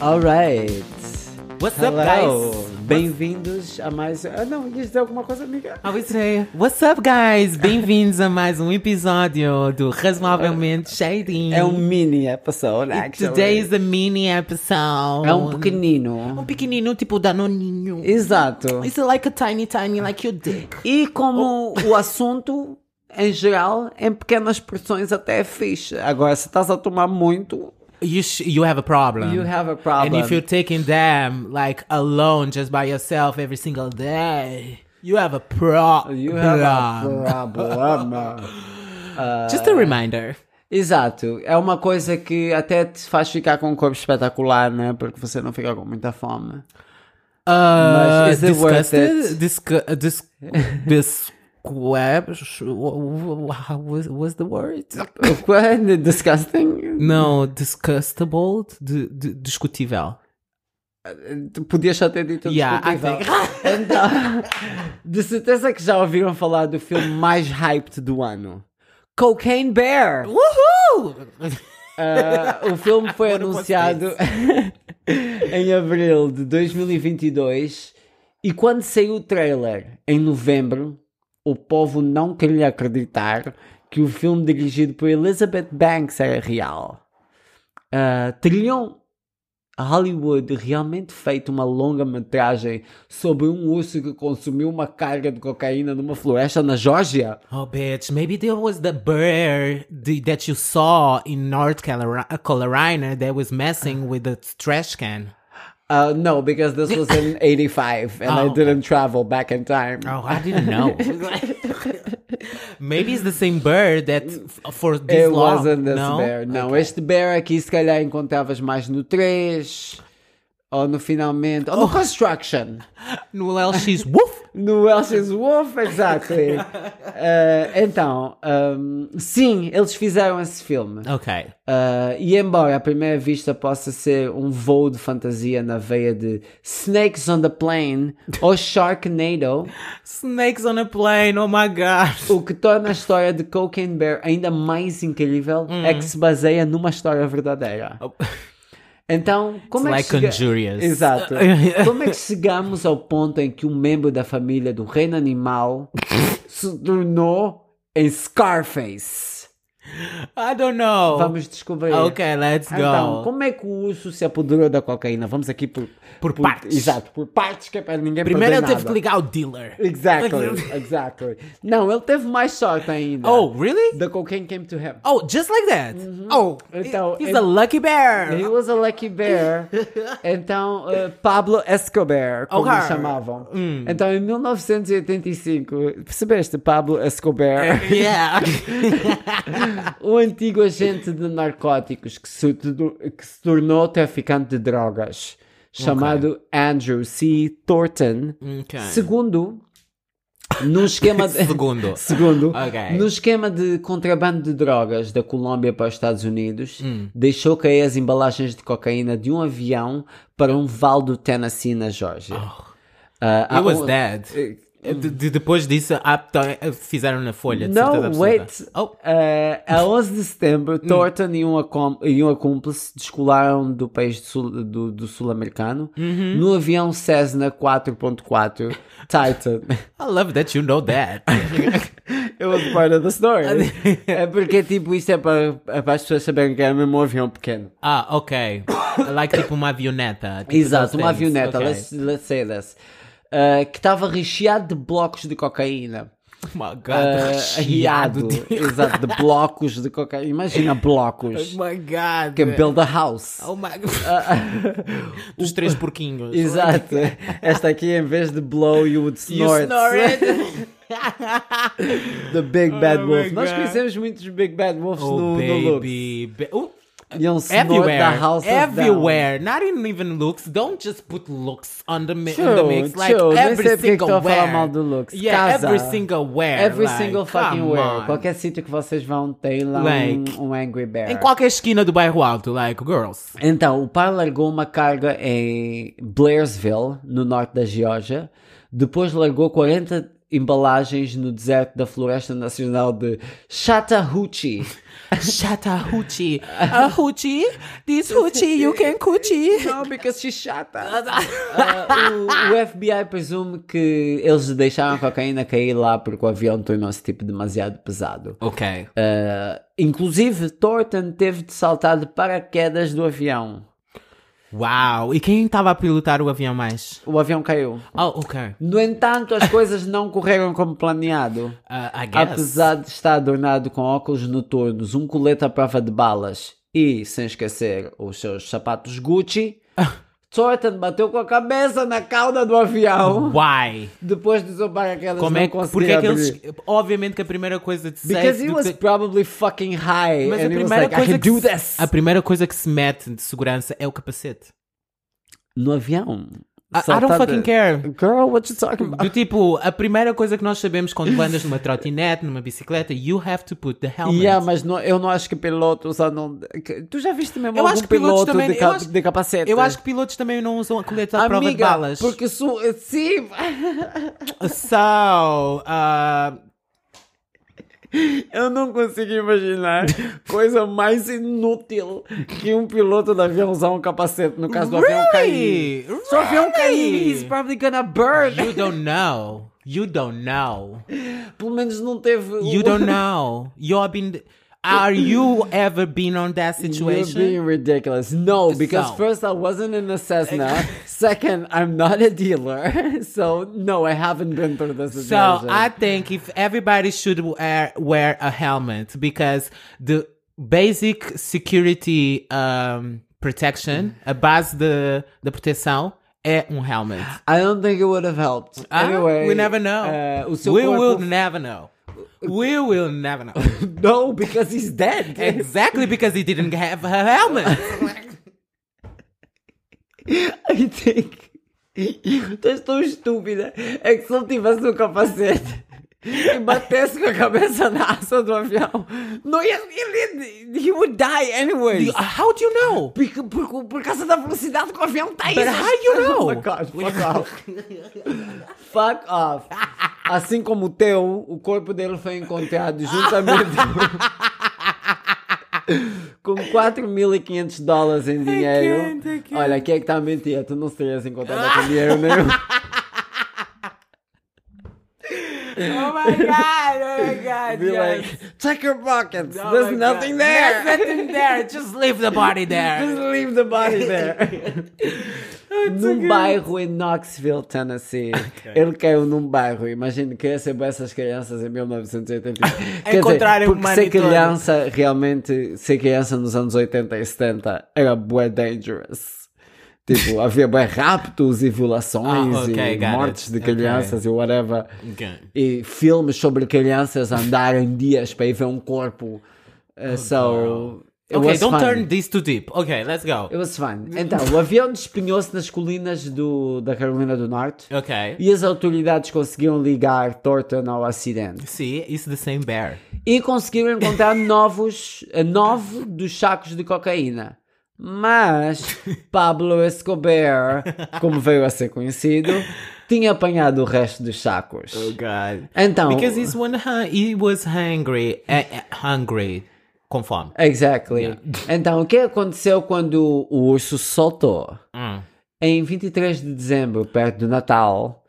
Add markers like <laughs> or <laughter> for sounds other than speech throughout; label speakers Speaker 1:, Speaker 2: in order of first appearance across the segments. Speaker 1: Alright.
Speaker 2: What's up,
Speaker 1: Hello.
Speaker 2: guys?
Speaker 1: Bem-vindos a mais. Ah, não, ia dizer alguma coisa, amiga.
Speaker 2: I was there. What's up, guys? Bem-vindos a mais um episódio do Razoavelmente Shading.
Speaker 1: É um mini episode, actually.
Speaker 2: Today is a mini episode.
Speaker 1: É um pequenino.
Speaker 2: Um pequenino, tipo danoninho.
Speaker 1: Exato.
Speaker 2: It's like a tiny, tiny, like your dick.
Speaker 1: E como o assunto, em geral, em pequenas porções até é fixe. Agora, se estás a tomar muito,
Speaker 2: You, sh- you have a problem.
Speaker 1: you have a problem.
Speaker 2: And if you're taking them, like, alone, just by yourself every single day, you have a problem.
Speaker 1: You have a problem.
Speaker 2: Just a reminder.
Speaker 1: Exato. É uma coisa que até te faz ficar com um corpo espetacular, né? Porque você não fica com muita fome. <laughs>
Speaker 2: Uh,
Speaker 1: Mas is it worth
Speaker 2: disgusted? Disgu- uh, dis- disquab- sh- wh- wh- how was was the word?
Speaker 1: Quando disgusting.
Speaker 2: Não, disgustable, d- d- discutível.
Speaker 1: Tu podias só ter dito
Speaker 2: Yeah, I
Speaker 1: discutível. <laughs> Então, de certeza que já ouviram falar do filme mais hyped do ano. Cocaine Bear!
Speaker 2: Woohoo!
Speaker 1: Ah, o filme
Speaker 2: <laughs>
Speaker 1: foi
Speaker 2: Agora eu posso
Speaker 1: anunciado <laughs> em abril de 2022 e quando saiu o trailer em novembro, o povo não queria acreditar que o filme dirigido por Elizabeth Banks era real. Ah, teriam a Hollywood realmente feito uma longa-metragem sobre um urso que consumiu uma carga de cocaína numa floresta na Geórgia?
Speaker 2: Oh, bitch, maybe there was the bear the, that you saw in North Carolina, Carolina that was messing with the trash can.
Speaker 1: Uh, no, because this was
Speaker 2: <laughs>
Speaker 1: in 85 and I
Speaker 2: Oh.
Speaker 1: didn't travel back in time.
Speaker 2: Oh, I
Speaker 1: <laughs>
Speaker 2: didn't know. maybe it's the same bird that f- for this
Speaker 1: It
Speaker 2: long.
Speaker 1: wasn't this
Speaker 2: no?
Speaker 1: bear. Não, este bear aqui se calhar encontravas mais no 3 ou no finalmente, ou no Construction.
Speaker 2: Well, she's woof.
Speaker 1: No Welsh's Wolf, exactly. Uh, então, um, sim, eles fizeram esse filme.
Speaker 2: Okay.
Speaker 1: Uh, e embora à primeira vista possa ser um voo de fantasia na veia de Snakes on the Plane ou Sharknado,
Speaker 2: Snakes on a plane, oh my god.
Speaker 1: O que torna a história de Cocaine Bear ainda mais incrível
Speaker 2: Hum.
Speaker 1: é que se baseia numa história verdadeira. Então, como
Speaker 2: Oh. It's
Speaker 1: é
Speaker 2: like
Speaker 1: que
Speaker 2: Conjurious. <laughs>
Speaker 1: Exato. como é que chegamos ao ponto em que um membro da família do reino animal
Speaker 2: <laughs>
Speaker 1: se tornou em Scarface?
Speaker 2: I don't know.
Speaker 1: Vamos descobrir.
Speaker 2: Okay, let's Ah, go.
Speaker 1: Então, como é que o urso se apoderou da cocaína? Vamos aqui por,
Speaker 2: Por partes.
Speaker 1: Exato, por partes que é para ninguém
Speaker 2: Primeiro
Speaker 1: perder
Speaker 2: ele teve
Speaker 1: nada.
Speaker 2: que ligar o dealer.
Speaker 1: Exactly, exactly. Não, ele teve mais sorte ainda.
Speaker 2: Oh, really?
Speaker 1: The cocaine came to him.
Speaker 2: Oh, just like that. Oh,
Speaker 1: Mm-hmm. Então,
Speaker 2: he's
Speaker 1: ele-
Speaker 2: a lucky bear.
Speaker 1: Oh, <laughs> He was a lucky <laughs> bear. Então, eh, Pablo Escobar, como
Speaker 2: Okay.
Speaker 1: o chamavam. Então, em 1985, percebeste Pablo <laughs> Escobar,
Speaker 2: Yeah.
Speaker 1: um antigo agente de narcóticos que se, tornou- que se tornou traficante de drogas, chamado Andrew C. Thornton,
Speaker 2: Okay.
Speaker 1: <laughs> segundo num <laughs> esquema de...
Speaker 2: Segundo.
Speaker 1: Segundo,
Speaker 2: Ok.
Speaker 1: no esquema de contrabando de drogas da Colômbia para os Estados Unidos,
Speaker 2: Hum.
Speaker 1: deixou cair as embalagens de cocaína de um avião para um vale do Tennessee, na Geórgia. Ah,
Speaker 2: He
Speaker 1: há
Speaker 2: Oh. was
Speaker 1: um-
Speaker 2: dead. Eh, De- de- depois disso, apto- fizeram na folha. de certeza
Speaker 1: No,
Speaker 2: absoluta.
Speaker 1: wait.
Speaker 2: Oh, Hum.
Speaker 1: Ah, a 11 de setembro, Thornton e, um acom- e uma cúmplice descolaram do país do sul- do- do sul-americano
Speaker 2: Uhum.
Speaker 1: no avião Cessna
Speaker 2: <laughs>
Speaker 1: 4.4 Titan.
Speaker 2: I love that you
Speaker 1: <laughs>
Speaker 2: know that.
Speaker 1: It was part of the <laughs> story. é porque, tipo, isto é para, é para as pessoas saberem que era mesmo um avião pequeno.
Speaker 2: ah, ok. Like tipo uma avioneta. tipo
Speaker 1: Exato,
Speaker 2: those
Speaker 1: uma
Speaker 2: things.
Speaker 1: avioneta,
Speaker 2: Okay.
Speaker 1: let's, let's say this. Uh, que estava recheado de blocos de cocaína.
Speaker 2: <laughs> Oh my god,
Speaker 1: Uh,
Speaker 2: recheado. <laughs>
Speaker 1: reado, <laughs> exato, de blocos de cocaína. Imagina blocos.
Speaker 2: my god.
Speaker 1: Que build a house.
Speaker 2: Oh my
Speaker 1: <laughs> Ah,
Speaker 2: Dos três
Speaker 1: <laughs>
Speaker 2: porquinhos.
Speaker 1: Exato. Esta aqui, em vez de blow, you would
Speaker 2: You
Speaker 1: snort.
Speaker 2: snorted.
Speaker 1: <laughs> The Big Bad
Speaker 2: Oh my
Speaker 1: Wolf. Nós
Speaker 2: God.
Speaker 1: conhecemos muitos Big Bad Wolves
Speaker 2: Oh,
Speaker 1: no, no look.
Speaker 2: baby. Ba- oh,
Speaker 1: E um snort da
Speaker 2: everywhere.
Speaker 1: house.
Speaker 2: everywhere. Not in even looks. Don't just put looks on the, mi- in the
Speaker 1: True,
Speaker 2: mix. Like
Speaker 1: true. Nem sei
Speaker 2: every
Speaker 1: porque que
Speaker 2: single
Speaker 1: estou a falar
Speaker 2: where.
Speaker 1: mal do looks.
Speaker 2: Yeah,
Speaker 1: Casa.
Speaker 2: every single where.
Speaker 1: Every
Speaker 2: like,
Speaker 1: single fucking
Speaker 2: come
Speaker 1: where.
Speaker 2: on.
Speaker 1: Qualquer sítio que vocês vão, tem lá um-
Speaker 2: Like,
Speaker 1: um, Angry Bear.
Speaker 2: Em qualquer esquina do bairro alto. Like,
Speaker 1: <laughs>
Speaker 2: girls.
Speaker 1: Então, o par largou uma carga em Blairsville, no norte da Geórgia. Depois largou 40 embalagens no deserto da Floresta Nacional de Chattahoochee.
Speaker 2: Chattahoochee. A hoochie? This
Speaker 1: <laughs>
Speaker 2: hoochie you can coochie.
Speaker 1: Não, because she's <laughs> chata. Uh, o, o FBI presume que eles deixaram a cocaína cair lá porque o avião tornou-se tipo demasiado pesado.
Speaker 2: Ok.
Speaker 1: Ah, inclusive, Thornton teve de saltar de paraquedas do avião.
Speaker 2: Uau. E quem estava a pilotar o avião mais?
Speaker 1: O avião caiu.
Speaker 2: Oh, ok.
Speaker 1: No entanto, as coisas não correram como
Speaker 2: <laughs>
Speaker 1: planeado.
Speaker 2: Uh, I guess.
Speaker 1: Apesar de estar adornado com óculos noturnos, um colete à prova de balas e, sem esquecer, os seus sapatos Gucci,
Speaker 2: <laughs>
Speaker 1: Thornton bateu com a cabeça na cauda do
Speaker 2: <laughs>
Speaker 1: avião
Speaker 2: Why?
Speaker 1: depois de zombar aquelas
Speaker 2: Como
Speaker 1: não
Speaker 2: é que, porque é que
Speaker 1: conseguiram
Speaker 2: eles.
Speaker 1: abrir.
Speaker 2: Obviamente que a primeira coisa de
Speaker 1: Because
Speaker 2: safe
Speaker 1: he
Speaker 2: do
Speaker 1: was
Speaker 2: que-
Speaker 1: probably fucking high
Speaker 2: Mas
Speaker 1: and
Speaker 2: a
Speaker 1: he was
Speaker 2: primeira,
Speaker 1: like, I
Speaker 2: coisa
Speaker 1: can
Speaker 2: que
Speaker 1: do
Speaker 2: se,
Speaker 1: this!
Speaker 2: a primeira coisa que se mete de segurança é o capacete.
Speaker 1: No avião.
Speaker 2: I- I don't
Speaker 1: Saltar tá de-
Speaker 2: fucking care.
Speaker 1: Girl, what you talking about?
Speaker 2: Do tipo, a primeira coisa que nós sabemos quando andas numa trotinete, numa bicicleta, you have to put the helmet.
Speaker 1: Yeah, ah, mas não- eu não acho que pilotos andam. que- Tu já viste mesmo
Speaker 2: Eu
Speaker 1: algum
Speaker 2: acho que pilotos
Speaker 1: piloto
Speaker 2: também-
Speaker 1: de,
Speaker 2: eu
Speaker 1: ca-
Speaker 2: acho-
Speaker 1: de capacete?
Speaker 2: Eu acho que pilotos também não usam a colete à prova de balas.
Speaker 1: é- Porque sou. Sim!
Speaker 2: So, uh,
Speaker 1: Eu não consigo imaginar coisa mais inútil que um piloto de avião usar um capacete no caso do avião cair.
Speaker 2: really?
Speaker 1: Se o avião cair, he's
Speaker 2: Really?
Speaker 1: probably gonna burn.
Speaker 2: You don't know. You don't know.
Speaker 1: Pelo menos não teve. o-
Speaker 2: You don't know. You've been. Are you ever been on
Speaker 1: <laughs>
Speaker 2: that
Speaker 1: You're
Speaker 2: situation?
Speaker 1: being ridiculous. No, because
Speaker 2: So.
Speaker 1: first I wasn't in a Cessna. Second, I'm not a dealer. <laughs> So no, I haven't been through this
Speaker 2: So
Speaker 1: situation.
Speaker 2: I think if everybody should wear wear a helmet because the basic security um, protection, a base de, da proteção é um helmet.
Speaker 1: I don't think it would have helped.
Speaker 2: Ah,
Speaker 1: anyway,
Speaker 2: we never know.
Speaker 1: eh, o seu
Speaker 2: we
Speaker 1: corpo
Speaker 2: will never know. We will never <laughs> know.
Speaker 1: <laughs> No, because he's
Speaker 2: <laughs>
Speaker 1: dead.
Speaker 2: exactly because he didn't have a <laughs> helmet.
Speaker 1: <laughs> I think. <laughs> Estás tão estúpida. É que se ele tivesse um capacete e batesse com a <laughs> cabeça na asa do avião, não ia, ele, he would die anyways.
Speaker 2: You- How do you know?
Speaker 1: Porque- por, por, causa da velocidade que o avião tá tem.
Speaker 2: But how you
Speaker 1: Oh
Speaker 2: know?
Speaker 1: my God, fuck off. fuck off. Assim como o teu, o corpo dele foi encontrado juntamente com 4.500 dólares em dinheiro.
Speaker 2: can't, I can't.
Speaker 1: Olha, quem é que está a mentir? Tu não serias encontrado <laughs> com dinheiro nenhum.
Speaker 2: Oh my god! Oh my god!
Speaker 1: Be like, check your pockets. There's nothing there.
Speaker 2: Oh There's nothing there. Just leave the
Speaker 1: <laughs>
Speaker 2: body there.
Speaker 1: Just leave the <laughs> body
Speaker 2: né?
Speaker 1: there. num bairro em Knoxville, Tennessee. Ele caiu num bairro. Imagino que recebeu essas crianças em 1980.
Speaker 2: <laughs>
Speaker 1: Quer
Speaker 2: Encontrarem
Speaker 1: dizer,
Speaker 2: o
Speaker 1: porque ser
Speaker 2: um money todo.
Speaker 1: criança, realmente, ser criança nos anos 80 e 70 era bué dangerous.
Speaker 2: <laughs>
Speaker 1: Tipo, havia bué raptos e violações
Speaker 2: Ah, ok,
Speaker 1: e
Speaker 2: got it.
Speaker 1: mortes de
Speaker 2: Ok.
Speaker 1: crianças e whatever.
Speaker 2: Okay.
Speaker 1: E filmes sobre crianças andarem dias para ir ver um corpo. Uh, so, it
Speaker 2: Okay,
Speaker 1: was
Speaker 2: Oh,
Speaker 1: fun.
Speaker 2: don't turn this too deep. Okay, let's go.
Speaker 1: It was fun. Então, o avião despenhou-se nas colinas do, da Carolina do Norte
Speaker 2: Okay.
Speaker 1: e as autoridades conseguiram ligar Thornton ao acidente
Speaker 2: See, it's the same bear.
Speaker 1: e conseguiram
Speaker 2: <laughs>
Speaker 1: encontrar novos, eh, nove dos sacos de cocaína. Mas Pablo Escobar, como veio a ser conhecido, tinha apanhado o resto dos sacos.
Speaker 2: God.
Speaker 1: Então,
Speaker 2: Because he's one, hu- he was hungry, uh, uh, hungry, com fome.
Speaker 1: exactly. Então, o que aconteceu quando o urso soltou?
Speaker 2: Mm.
Speaker 1: Em 23 de dezembro, perto do Natal,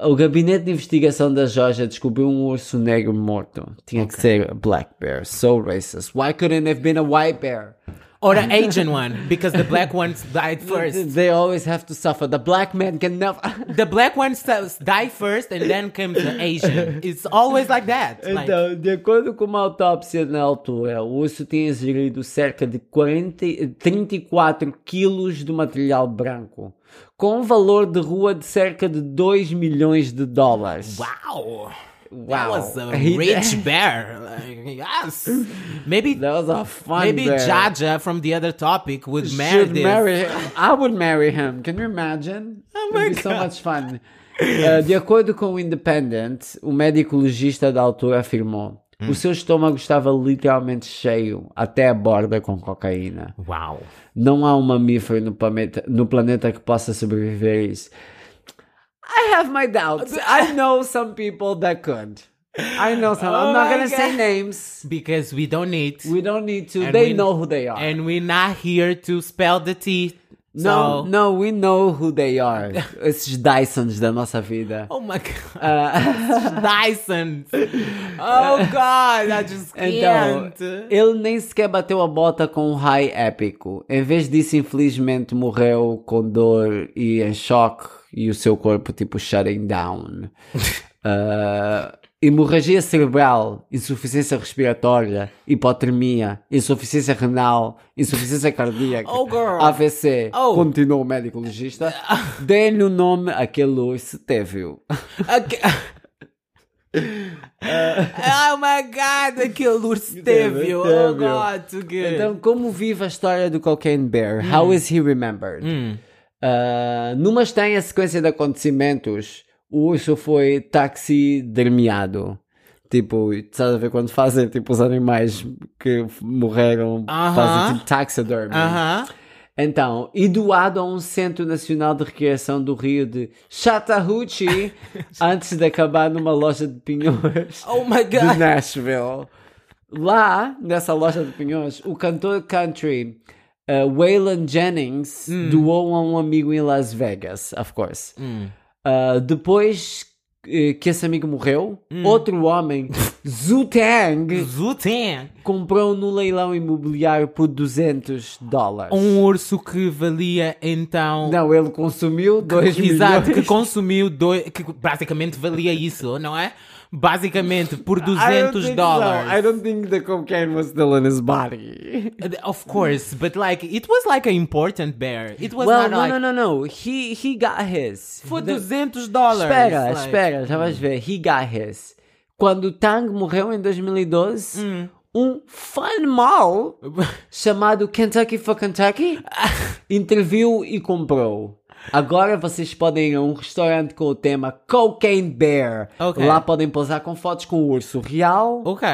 Speaker 1: o gabinete de investigação da Georgia descobriu um urso negro morto. Tinha que ser a black bear. So racist. Why couldn't it have been a white bear?
Speaker 2: Or the Asian one, because the black ones
Speaker 1: <laughs>
Speaker 2: died first.
Speaker 1: They always have to suffer. The black man can never.
Speaker 2: The black ones s- die first, and then comes the Asian. It's always like that. <laughs> Like,
Speaker 1: Então, de acordo com uma autópsia na altura, o urso tinha ingerido cerca de 40, e- 34 quilos de material branco, com um valor de rua de cerca de 2 milhões de dólares.
Speaker 2: wow. That
Speaker 1: Wow.
Speaker 2: was a
Speaker 1: He- <laughs>
Speaker 2: rich bear. Like, yes. Maybe
Speaker 1: That was a fun
Speaker 2: maybe
Speaker 1: bear.
Speaker 2: Jaja from the other topic would marry
Speaker 1: should
Speaker 2: this.
Speaker 1: marry him. I would marry him. Can you imagine?
Speaker 2: Oh
Speaker 1: It'd
Speaker 2: my
Speaker 1: be so
Speaker 2: God.
Speaker 1: much fun. Uh, de acordo com o Independent, o médico legista da altura afirmou o seu estômago estava literalmente cheio até a borda com cocaína.
Speaker 2: Wow.
Speaker 1: Não há um mamífero no planeta, no planeta que possa sobreviver a isso. I have my doubts. I know some people that could. I know some.
Speaker 2: Oh
Speaker 1: I'm not
Speaker 2: my
Speaker 1: gonna say
Speaker 2: God.
Speaker 1: names.
Speaker 2: Because we don't need.
Speaker 1: We don't need to.
Speaker 2: And
Speaker 1: they
Speaker 2: we-
Speaker 1: know who they are.
Speaker 2: and we're not here to spell the T.
Speaker 1: no,
Speaker 2: so-
Speaker 1: não, we know who they are. Esses Dysons da nossa vida.
Speaker 2: Oh my god.
Speaker 1: Ah,
Speaker 2: <laughs> Dyson.
Speaker 1: <laughs>
Speaker 2: Oh god, I just
Speaker 1: então,
Speaker 2: can't.
Speaker 1: ele nem sequer bateu a bota com um high épico. Em vez disso, infelizmente, morreu com dor e em choque e o seu corpo, tipo, shutting
Speaker 2: <laughs>
Speaker 1: down. Ah, hemorragia cerebral, insuficiência respiratória, hipotermia, insuficiência renal, insuficiência cardíaca,
Speaker 2: Oh, girl.
Speaker 1: AVC,
Speaker 2: Oh.
Speaker 1: continuou o médico legista, dê-lhe o nome àquele urso teve-o. <laughs>
Speaker 2: Okay. oh my god, aquele urso teve. Oh
Speaker 1: teve-o.
Speaker 2: god, too good.
Speaker 1: Então, como vive a história do Cocaine Bear?
Speaker 2: Hum.
Speaker 1: How is he remembered? Uh, numa estranha sequência de acontecimentos, o urso foi taxidermiado. Tipo, estás a ver quando fazem tipo, os animais que f- morreram,
Speaker 2: Aham.
Speaker 1: fazem tipo taxidermy.
Speaker 2: Aham.
Speaker 1: Então, e doado a um Centro Nacional de Recreação do Rio de
Speaker 2: <laughs>
Speaker 1: Chattahoochee antes de acabar numa loja de pinhões
Speaker 2: Oh my
Speaker 1: de
Speaker 2: <laughs> god.
Speaker 1: Nashville. Lá, nessa loja de pinhões, o cantor country uh, Waylon Jennings
Speaker 2: Hum.
Speaker 1: doou a um amigo em Las Vegas, of course. Uh, depois eh, que esse amigo morreu,
Speaker 2: Hum.
Speaker 1: outro homem, Zutang,
Speaker 2: Zutan.
Speaker 1: comprou no leilão imobiliário por 200 dólares.
Speaker 2: Um urso que valia então.
Speaker 1: Não, ele consumiu 2
Speaker 2: Exato, que
Speaker 1: milhões.
Speaker 2: consumiu dois, que basicamente valia isso, não é? Basicamente por
Speaker 1: <laughs> I don't
Speaker 2: 200
Speaker 1: think so.
Speaker 2: dólares.
Speaker 1: I don't think the cocaine was still in his body.
Speaker 2: Of course, but like it was like an important bear. It was
Speaker 1: Well,
Speaker 2: not
Speaker 1: no,
Speaker 2: like
Speaker 1: no, no, no. He he got his.
Speaker 2: for
Speaker 1: The-
Speaker 2: 200 dólares.
Speaker 1: Espera,
Speaker 2: like- Mm.
Speaker 1: espera, já vais ver. He got his. Quando Tang morreu em 2012,
Speaker 2: Mm.
Speaker 1: um fã
Speaker 2: <laughs>
Speaker 1: mal chamado Kentucky for Kentucky interviu e comprou. Agora vocês podem ir a um restaurante com o tema Cocaine Bear.
Speaker 2: Ok. Oh.
Speaker 1: Lá podem posar com fotos com o urso real.
Speaker 2: Ok.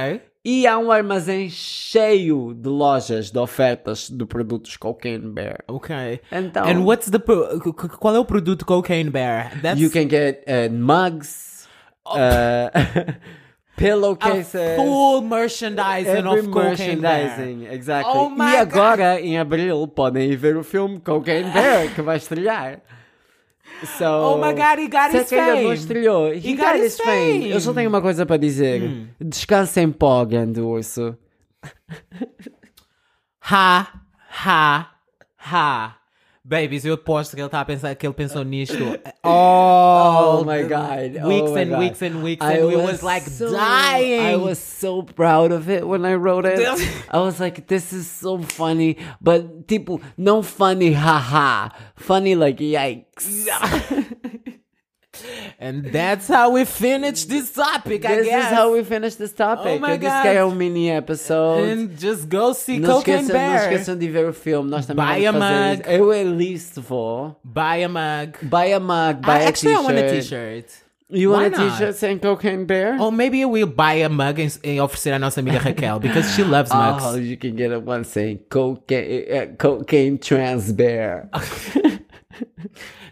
Speaker 1: E há um armazém cheio de lojas de ofertas de produtos Cocaine Bear.
Speaker 2: Ok.
Speaker 1: Então-
Speaker 2: And what's the pro- qu- qu- qual é o produto cocaine bear? That's Oh.
Speaker 1: You can get uh, mugs, uh, <laughs> pillowcases,
Speaker 2: a full merchandising
Speaker 1: every
Speaker 2: of cocaine bear.
Speaker 1: merchandising, exactly.
Speaker 2: Oh my
Speaker 1: e agora, em abril, podem ir ver o filme Cocaine Bear,
Speaker 2: <laughs>
Speaker 1: que vai estrear. So,
Speaker 2: Oh my God, he got
Speaker 1: se é
Speaker 2: his
Speaker 1: que ainda não
Speaker 2: fame.
Speaker 1: estreou. He,
Speaker 2: got his fame. Hum.
Speaker 1: Eu só tenho uma coisa para dizer. Descansa em pó, grande urso.
Speaker 2: Ha, ha, ha. Babies, eu aposto que ele tá a pensar que ele pensou nisto.
Speaker 1: <laughs> Oh,
Speaker 2: All
Speaker 1: my
Speaker 2: the
Speaker 1: God. Oh
Speaker 2: Weeks
Speaker 1: my
Speaker 2: and
Speaker 1: God.
Speaker 2: weeks and weeks
Speaker 1: I
Speaker 2: and we was like
Speaker 1: so-
Speaker 2: dying.
Speaker 1: I was so proud of it when I wrote
Speaker 2: <laughs>
Speaker 1: it.
Speaker 2: This-
Speaker 1: I was like, this is so funny, but tipo, no funny, haha. Funny like yikes.
Speaker 2: And that's how we finish this topic, I
Speaker 1: This
Speaker 2: guess.
Speaker 1: is how we finish this topic.
Speaker 2: Oh my
Speaker 1: This
Speaker 2: God.
Speaker 1: guy é um mini episode.
Speaker 2: And just go see
Speaker 1: Não
Speaker 2: Cocaine
Speaker 1: esqueçam, não
Speaker 2: Bear.
Speaker 1: esqueçam de ver o filme. Nós também
Speaker 2: Buy
Speaker 1: vamos
Speaker 2: a
Speaker 1: fazer
Speaker 2: mug.
Speaker 1: isso. Eu at least vou.
Speaker 2: Buy a mug.
Speaker 1: Buy a mug, buy
Speaker 2: I,
Speaker 1: a
Speaker 2: actually, I want a
Speaker 1: t-shirt.
Speaker 2: t-shirt.
Speaker 1: You
Speaker 2: Why
Speaker 1: want a
Speaker 2: not?
Speaker 1: t-shirt saying Cocaine Bear?
Speaker 2: Or maybe we'll buy a mug and, and oferecer à nossa
Speaker 1: <laughs>
Speaker 2: amiga Raquel because she loves mugs.
Speaker 1: Oh, you can get a one saying cocaine, uh, cocaine trans
Speaker 2: <laughs>
Speaker 1: bear.
Speaker 2: Ah,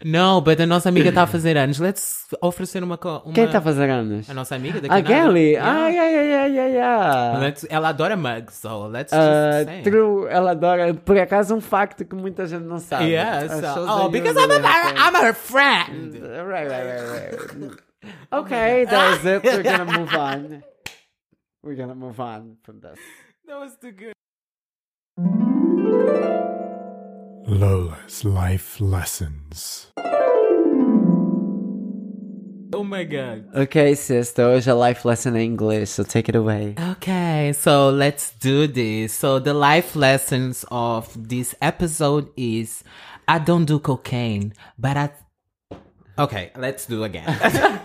Speaker 2: Não, but a nossa amiga está a fazer anos. Let's oferecer uma. co-
Speaker 1: <laughs>
Speaker 2: uma
Speaker 1: Quem tá fazendo anos?
Speaker 2: A nossa amiga daqui
Speaker 1: A
Speaker 2: nada.
Speaker 1: Kelly?
Speaker 2: Yeah.
Speaker 1: Ah, yeah, yeah, yeah, yeah, yeah.
Speaker 2: Let's- ela adora mugs, so let's just
Speaker 1: Uh,
Speaker 2: say.
Speaker 1: true, ela adora. Por acaso, um facto que muita gente não sabe.
Speaker 2: Yeah,
Speaker 1: As
Speaker 2: so,
Speaker 1: shows
Speaker 2: oh,
Speaker 1: that
Speaker 2: because
Speaker 1: you
Speaker 2: I'm, a,
Speaker 1: really have
Speaker 2: I'm her friend.
Speaker 1: to- Right, right, right, right.
Speaker 2: <laughs>
Speaker 1: okay, that was it. We're gonna move on. We're gonna move on from this.
Speaker 2: That was too good.
Speaker 3: Lola's Life Lessons.
Speaker 2: Oh my god.
Speaker 1: Okay, sister, hoje a life lesson in English, so take it
Speaker 2: <laughs>
Speaker 1: away.
Speaker 2: Okay, so let's do this. So the life lessons of this episode is I don't do cocaine, but I Okay, let's do again. <laughs>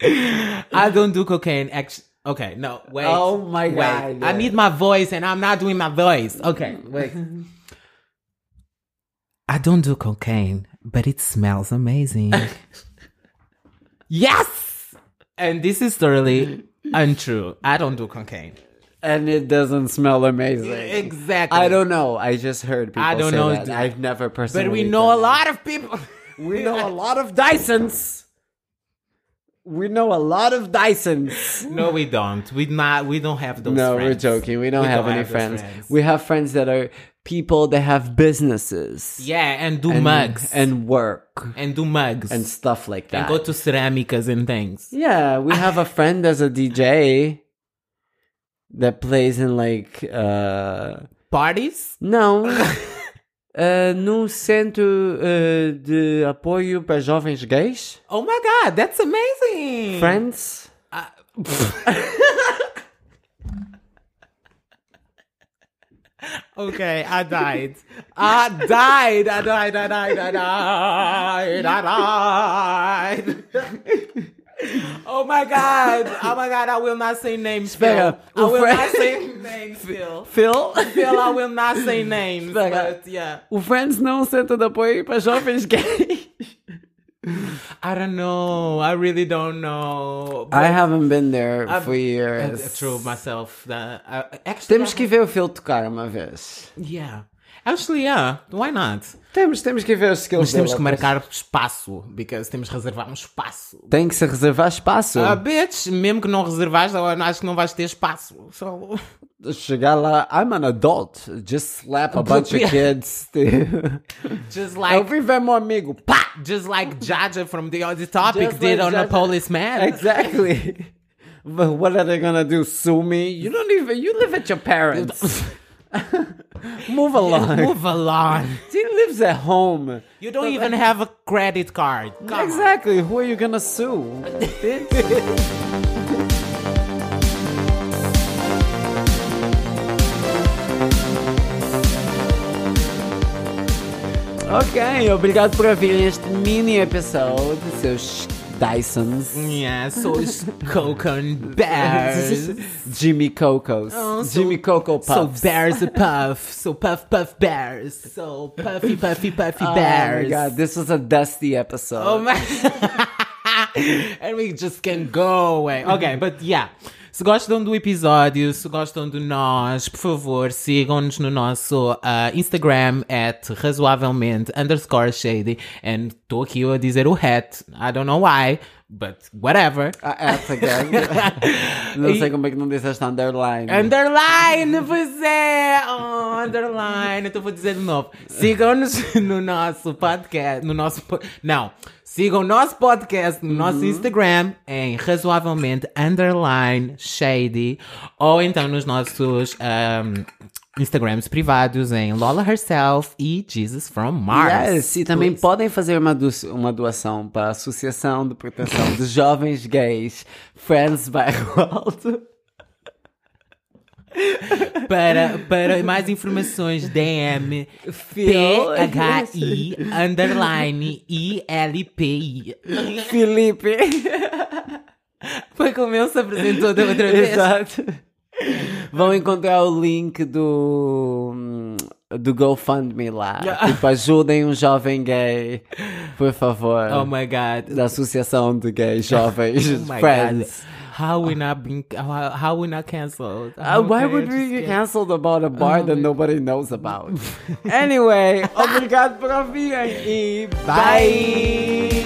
Speaker 2: I don't do cocaine. Actually, okay, no, wait.
Speaker 1: Oh my
Speaker 2: wait.
Speaker 1: God.
Speaker 2: I need my voice and I'm not doing my voice. Okay, wait. I don't do cocaine, but it smells amazing. <laughs> yes! And this is thoroughly untrue. I don't do cocaine.
Speaker 1: And it doesn't smell amazing.
Speaker 2: Exactly.
Speaker 1: I don't know. I just heard people
Speaker 2: I don't
Speaker 1: say
Speaker 2: know.
Speaker 1: that. I've never personally.
Speaker 2: But we know a
Speaker 1: done it.
Speaker 2: lot of people.
Speaker 1: We know a lot of Dysons. We know a lot of Dysons.
Speaker 2: No, we don't. We not. We don't have those.
Speaker 1: no,
Speaker 2: friends.
Speaker 1: we're joking. We don't
Speaker 2: We
Speaker 1: have
Speaker 2: don't
Speaker 1: any
Speaker 2: have those
Speaker 1: friends.
Speaker 2: friends.
Speaker 1: We have friends that are people that have businesses.
Speaker 2: Yeah, and do
Speaker 1: And,
Speaker 2: mugs and,
Speaker 1: and work
Speaker 2: do mugs
Speaker 1: and
Speaker 2: and,
Speaker 1: stuff like that.
Speaker 2: go to cerâmicas and things.
Speaker 1: yeah, we have a friend that's a DJ that plays in like uh
Speaker 2: Parties.
Speaker 1: Não. <laughs> Uh, num centro uh, de apoio para jovens gays,
Speaker 2: Oh my god, that's amazing.
Speaker 1: friends.
Speaker 2: Okay, I died. I died. I died. I died. I died. I died. Oh my god. Oh my god, I will not say names.
Speaker 1: Espera,
Speaker 2: Phil. I
Speaker 1: o
Speaker 2: will
Speaker 1: Fran- <laughs>
Speaker 2: not say names, Phil.
Speaker 1: Phil,
Speaker 2: Phil, I will not say names.
Speaker 1: Espera.
Speaker 2: But yeah.
Speaker 1: <laughs> o Friends não é um centro de apoio para jovens gays.
Speaker 2: I don't know. I really don't know.
Speaker 1: I haven't been there for
Speaker 2: But
Speaker 1: years.
Speaker 2: it's true myself. That I, actually,
Speaker 1: Temos que ver o Phil tocar uma vez.
Speaker 2: yeah. Actually, yeah. Why not?
Speaker 1: Temos, temos que ver os skills
Speaker 2: Mas temos
Speaker 1: dele.
Speaker 2: que marcar espaço, because temos que reservar um espaço.
Speaker 1: Tem que se reservar espaço.
Speaker 2: Ah, bitch, mesmo que não reservaste, eu acho que não vais ter espaço. So...
Speaker 1: Chegar lá, I'm an adult. Just slap a bunch of <laughs> kids.
Speaker 2: Just
Speaker 1: Eu
Speaker 2: like,
Speaker 1: vivo é meu amigo. Pá!
Speaker 2: just like Jaja from the other topic
Speaker 1: Just
Speaker 2: did
Speaker 1: like
Speaker 2: on a
Speaker 1: Jaja.
Speaker 2: policeman.
Speaker 1: Exactly. but what are they gonna do? Sue me? You don't even. You live at your
Speaker 2: <laughs>
Speaker 1: parents. Move along.
Speaker 2: Move along.
Speaker 1: She lives at home.
Speaker 2: You don't even have a credit card. Come on.
Speaker 1: exactly. Who are you gonna sue? <laughs> ok, obrigado por ouvir este mini episódio, seus Dysons.
Speaker 2: Yeah, so it's Coconut Bears.
Speaker 1: <laughs> Jimmy Cocos.
Speaker 2: Oh, so-
Speaker 1: Jimmy Coco Puffs.
Speaker 2: So bears a puff. So puff puff bears. So puffy puffy puffy bears.
Speaker 1: Oh my god, this was a dusty episode.
Speaker 2: Oh my- <laughs> And we just can go away.
Speaker 1: Mm-hmm.
Speaker 2: Ok, but yeah. Se gostam do episódio, se gostam de nós, por favor, sigam-nos no nosso ah, Instagram at razoavelmente underscore shady. And estou aqui eu a dizer o hat. I don't know why, but whatever.
Speaker 1: A app again.
Speaker 2: <laughs>
Speaker 1: não sei como é que não disseste underline.
Speaker 2: É Underline, pois é! Oh, underline, então vou dizer de novo. Sigam-nos <laughs> no nosso podcast, no nosso. po- Não, sigam o nosso podcast no
Speaker 1: Uhum.
Speaker 2: nosso Instagram em razoavelmente underline shady ou então nos nossos ahm, Instagrams privados em Lola Herself e Jesus from Mars.
Speaker 1: Yes, e também podem fazer uma, do- uma doação para a Associação de Proteção de Jovens Gays Friends by Waldo.
Speaker 2: Para, para mais informações, DM PHI underline ILPI.
Speaker 1: Felipe.
Speaker 2: Foi como eu se apresentou da outra vez.
Speaker 1: Exato. Vão encontrar o link do, do GoFundMe lá. Tipo, ajudem um jovem gay, por favor.
Speaker 2: Oh my god.
Speaker 1: da Associação de Gays Jovens
Speaker 2: Oh my
Speaker 1: Friends.
Speaker 2: god. How we not been how, how we not canceled?
Speaker 1: Uh, why
Speaker 2: Okay,
Speaker 1: would
Speaker 2: just
Speaker 1: we get
Speaker 2: kidding. Oh
Speaker 1: canceled about a bar that nobody knows
Speaker 2: <laughs>
Speaker 1: about? anyway, obrigado por ouvirem e bye.